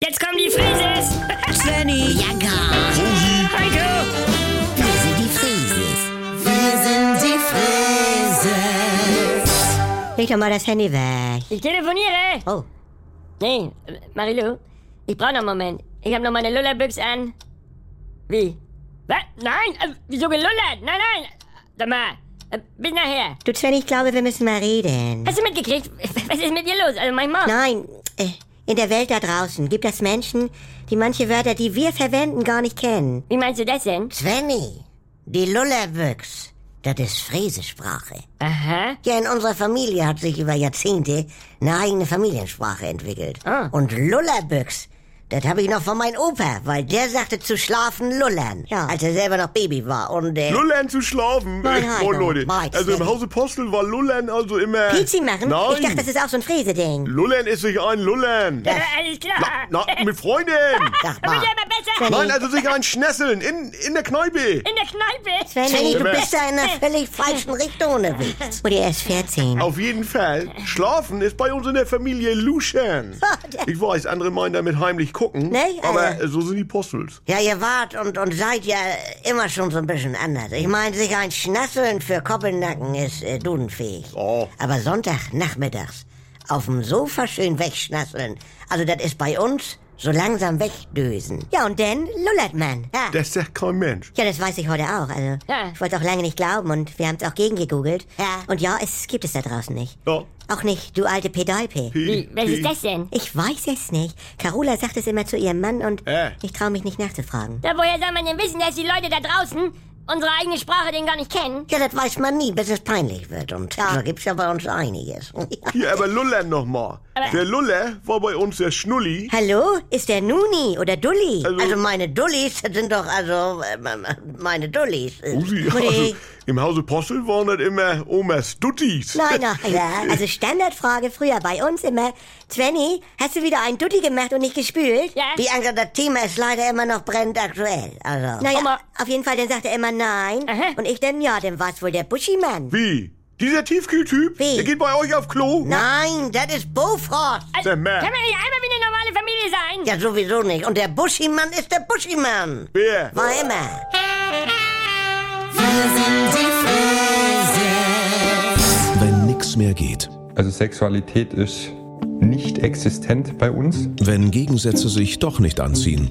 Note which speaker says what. Speaker 1: Leg doch mal das Handy weg.
Speaker 2: Ich telefoniere.
Speaker 1: Oh,
Speaker 2: Nee, äh, Marilu, ich brauche noch einen Moment. Ich habe noch meine Lullabüchs an. Wie? Was? Nein, äh, wieso gelullert? Nein, nein. Sag mal, äh, bis nachher.
Speaker 1: du Sven, ich glaube, wir müssen mal reden.
Speaker 2: Hast du mitgekriegt? Was ist mit dir los? Also mein Mann.
Speaker 1: Nein, äh, in der Welt da draußen gibt es Menschen, die manche Wörter, die wir verwenden, gar nicht kennen.
Speaker 2: Wie meinst du das denn?
Speaker 3: Svenny, die Lullerwüchs, das ist Friesesprache.
Speaker 2: Aha.
Speaker 3: Ja, in unserer Familie hat sich über Jahrzehnte eine eigene Familiensprache entwickelt.
Speaker 2: Ah.
Speaker 3: Und Lullerbüchs, das habe ich noch von meinem Opa, weil der sagte zu schlafen Lullern,
Speaker 1: Ja.
Speaker 3: als er selber noch Baby war. Und äh,
Speaker 4: Lullern zu schlafen.
Speaker 1: Nein,
Speaker 4: Äh,
Speaker 1: nein,
Speaker 4: oh,
Speaker 1: nein,
Speaker 4: Leute.
Speaker 1: nein,
Speaker 4: Also im
Speaker 1: nein.
Speaker 4: Hause Postel war Lullern also immer.
Speaker 1: Pizzi machen?
Speaker 4: Nein.
Speaker 1: Ich dachte, das ist auch so ein Fräse-Ding.
Speaker 4: Lullern ist sich ein Lullern.
Speaker 2: Äh, alles klar. Äh,
Speaker 4: Na, mit Freunden.
Speaker 3: sag
Speaker 2: Aber
Speaker 3: mal,
Speaker 2: ja immer besser.
Speaker 4: Nein, also sich ein Schnesseln in, in der Kneipe.
Speaker 2: In der Kneipe.
Speaker 3: Svenny,
Speaker 1: Svenny,
Speaker 3: du bist da in einer völlig falschen Richtung unterwegs.
Speaker 1: oder er ist 14.
Speaker 4: Auf jeden Fall. Schlafen ist bei uns in der Familie Luschern. Ich weiß, andere meinen damit heimlich gucken.
Speaker 3: Nee,
Speaker 4: aber
Speaker 3: äh,
Speaker 4: so sind die Postels.
Speaker 3: Ja, ihr wart und, und seid ja immer schon so ein bisschen anders. Ich meine, sich ein Schnasseln für Koppelnacken ist äh, dudenfähig.
Speaker 4: Oh.
Speaker 3: Aber Sonntagnachmittags auf dem Sofa schön wegschnasseln, also das ist bei uns so langsam wegdösen.
Speaker 1: Ja, und dann lullert man.
Speaker 3: Ja,
Speaker 4: Das sagt kein Mensch.
Speaker 1: Ja, das weiß ich heute auch. Also,
Speaker 2: Ja.
Speaker 1: ich wollte auch lange nicht glauben und wir haben es auch gegengegoogelt.
Speaker 3: Ja.
Speaker 1: Und ja, es gibt es da draußen nicht.
Speaker 4: Ja.
Speaker 1: Auch nicht, du alte Pedalpe.
Speaker 2: Wie, was ist das denn?
Speaker 1: Ich weiß es nicht. Carola sagt es immer zu ihrem Mann und
Speaker 4: Äh.
Speaker 1: ich traue mich nicht nachzufragen.
Speaker 2: Ja, woher soll man denn wissen, dass die Leute da draußen unsere eigene Sprache denn gar nicht kennen?
Speaker 3: ja das weiß man nie, bis es peinlich wird. Und da gibt's ja bei uns einiges.
Speaker 4: Hier, aber Lullern nochmal.
Speaker 2: Aber-
Speaker 4: Der Luller war bei uns der Schnulli.
Speaker 1: Hallo? Ist der Nuni oder Dulli?
Speaker 4: Also-
Speaker 3: Also meine Dullis das sind doch, also, äh, meine Dullis. äh,
Speaker 4: Usi, also,
Speaker 1: Mutti.
Speaker 4: Im Hause Postel waren das immer Omas Duttis.
Speaker 1: Nein, nein.
Speaker 3: Ja.
Speaker 1: Also Standardfrage früher bei uns immer. Svenny, hast du wieder einen Dutti gemacht und nicht gespült? also
Speaker 2: Ja.
Speaker 3: Die Anker, das Thema ist leider immer noch brennend aktuell. Also.
Speaker 1: Naja,
Speaker 2: Oma.
Speaker 1: auf jeden Fall, dann sagt er immer nein.
Speaker 2: Aha.
Speaker 1: Und ich dann, ja, dann war's wohl der Buschimann.
Speaker 4: Wie? Dieser Tiefkühltyp?
Speaker 1: Wie?
Speaker 4: Der geht bei euch auf Klo?
Speaker 3: Nein, das ist Bofrost.
Speaker 2: Also,
Speaker 4: Sag
Speaker 2: kann man
Speaker 4: mal.
Speaker 2: nicht einmal wie eine normale Familie sein?
Speaker 3: Ja, sowieso nicht. Und der Buschimann ist der Buschimann.
Speaker 4: Wer?
Speaker 3: War immer.
Speaker 5: Wenn nix mehr geht.
Speaker 6: Also Sexualität ist nicht existent bei uns.
Speaker 5: Wenn Gegensätze sich doch nicht anziehen.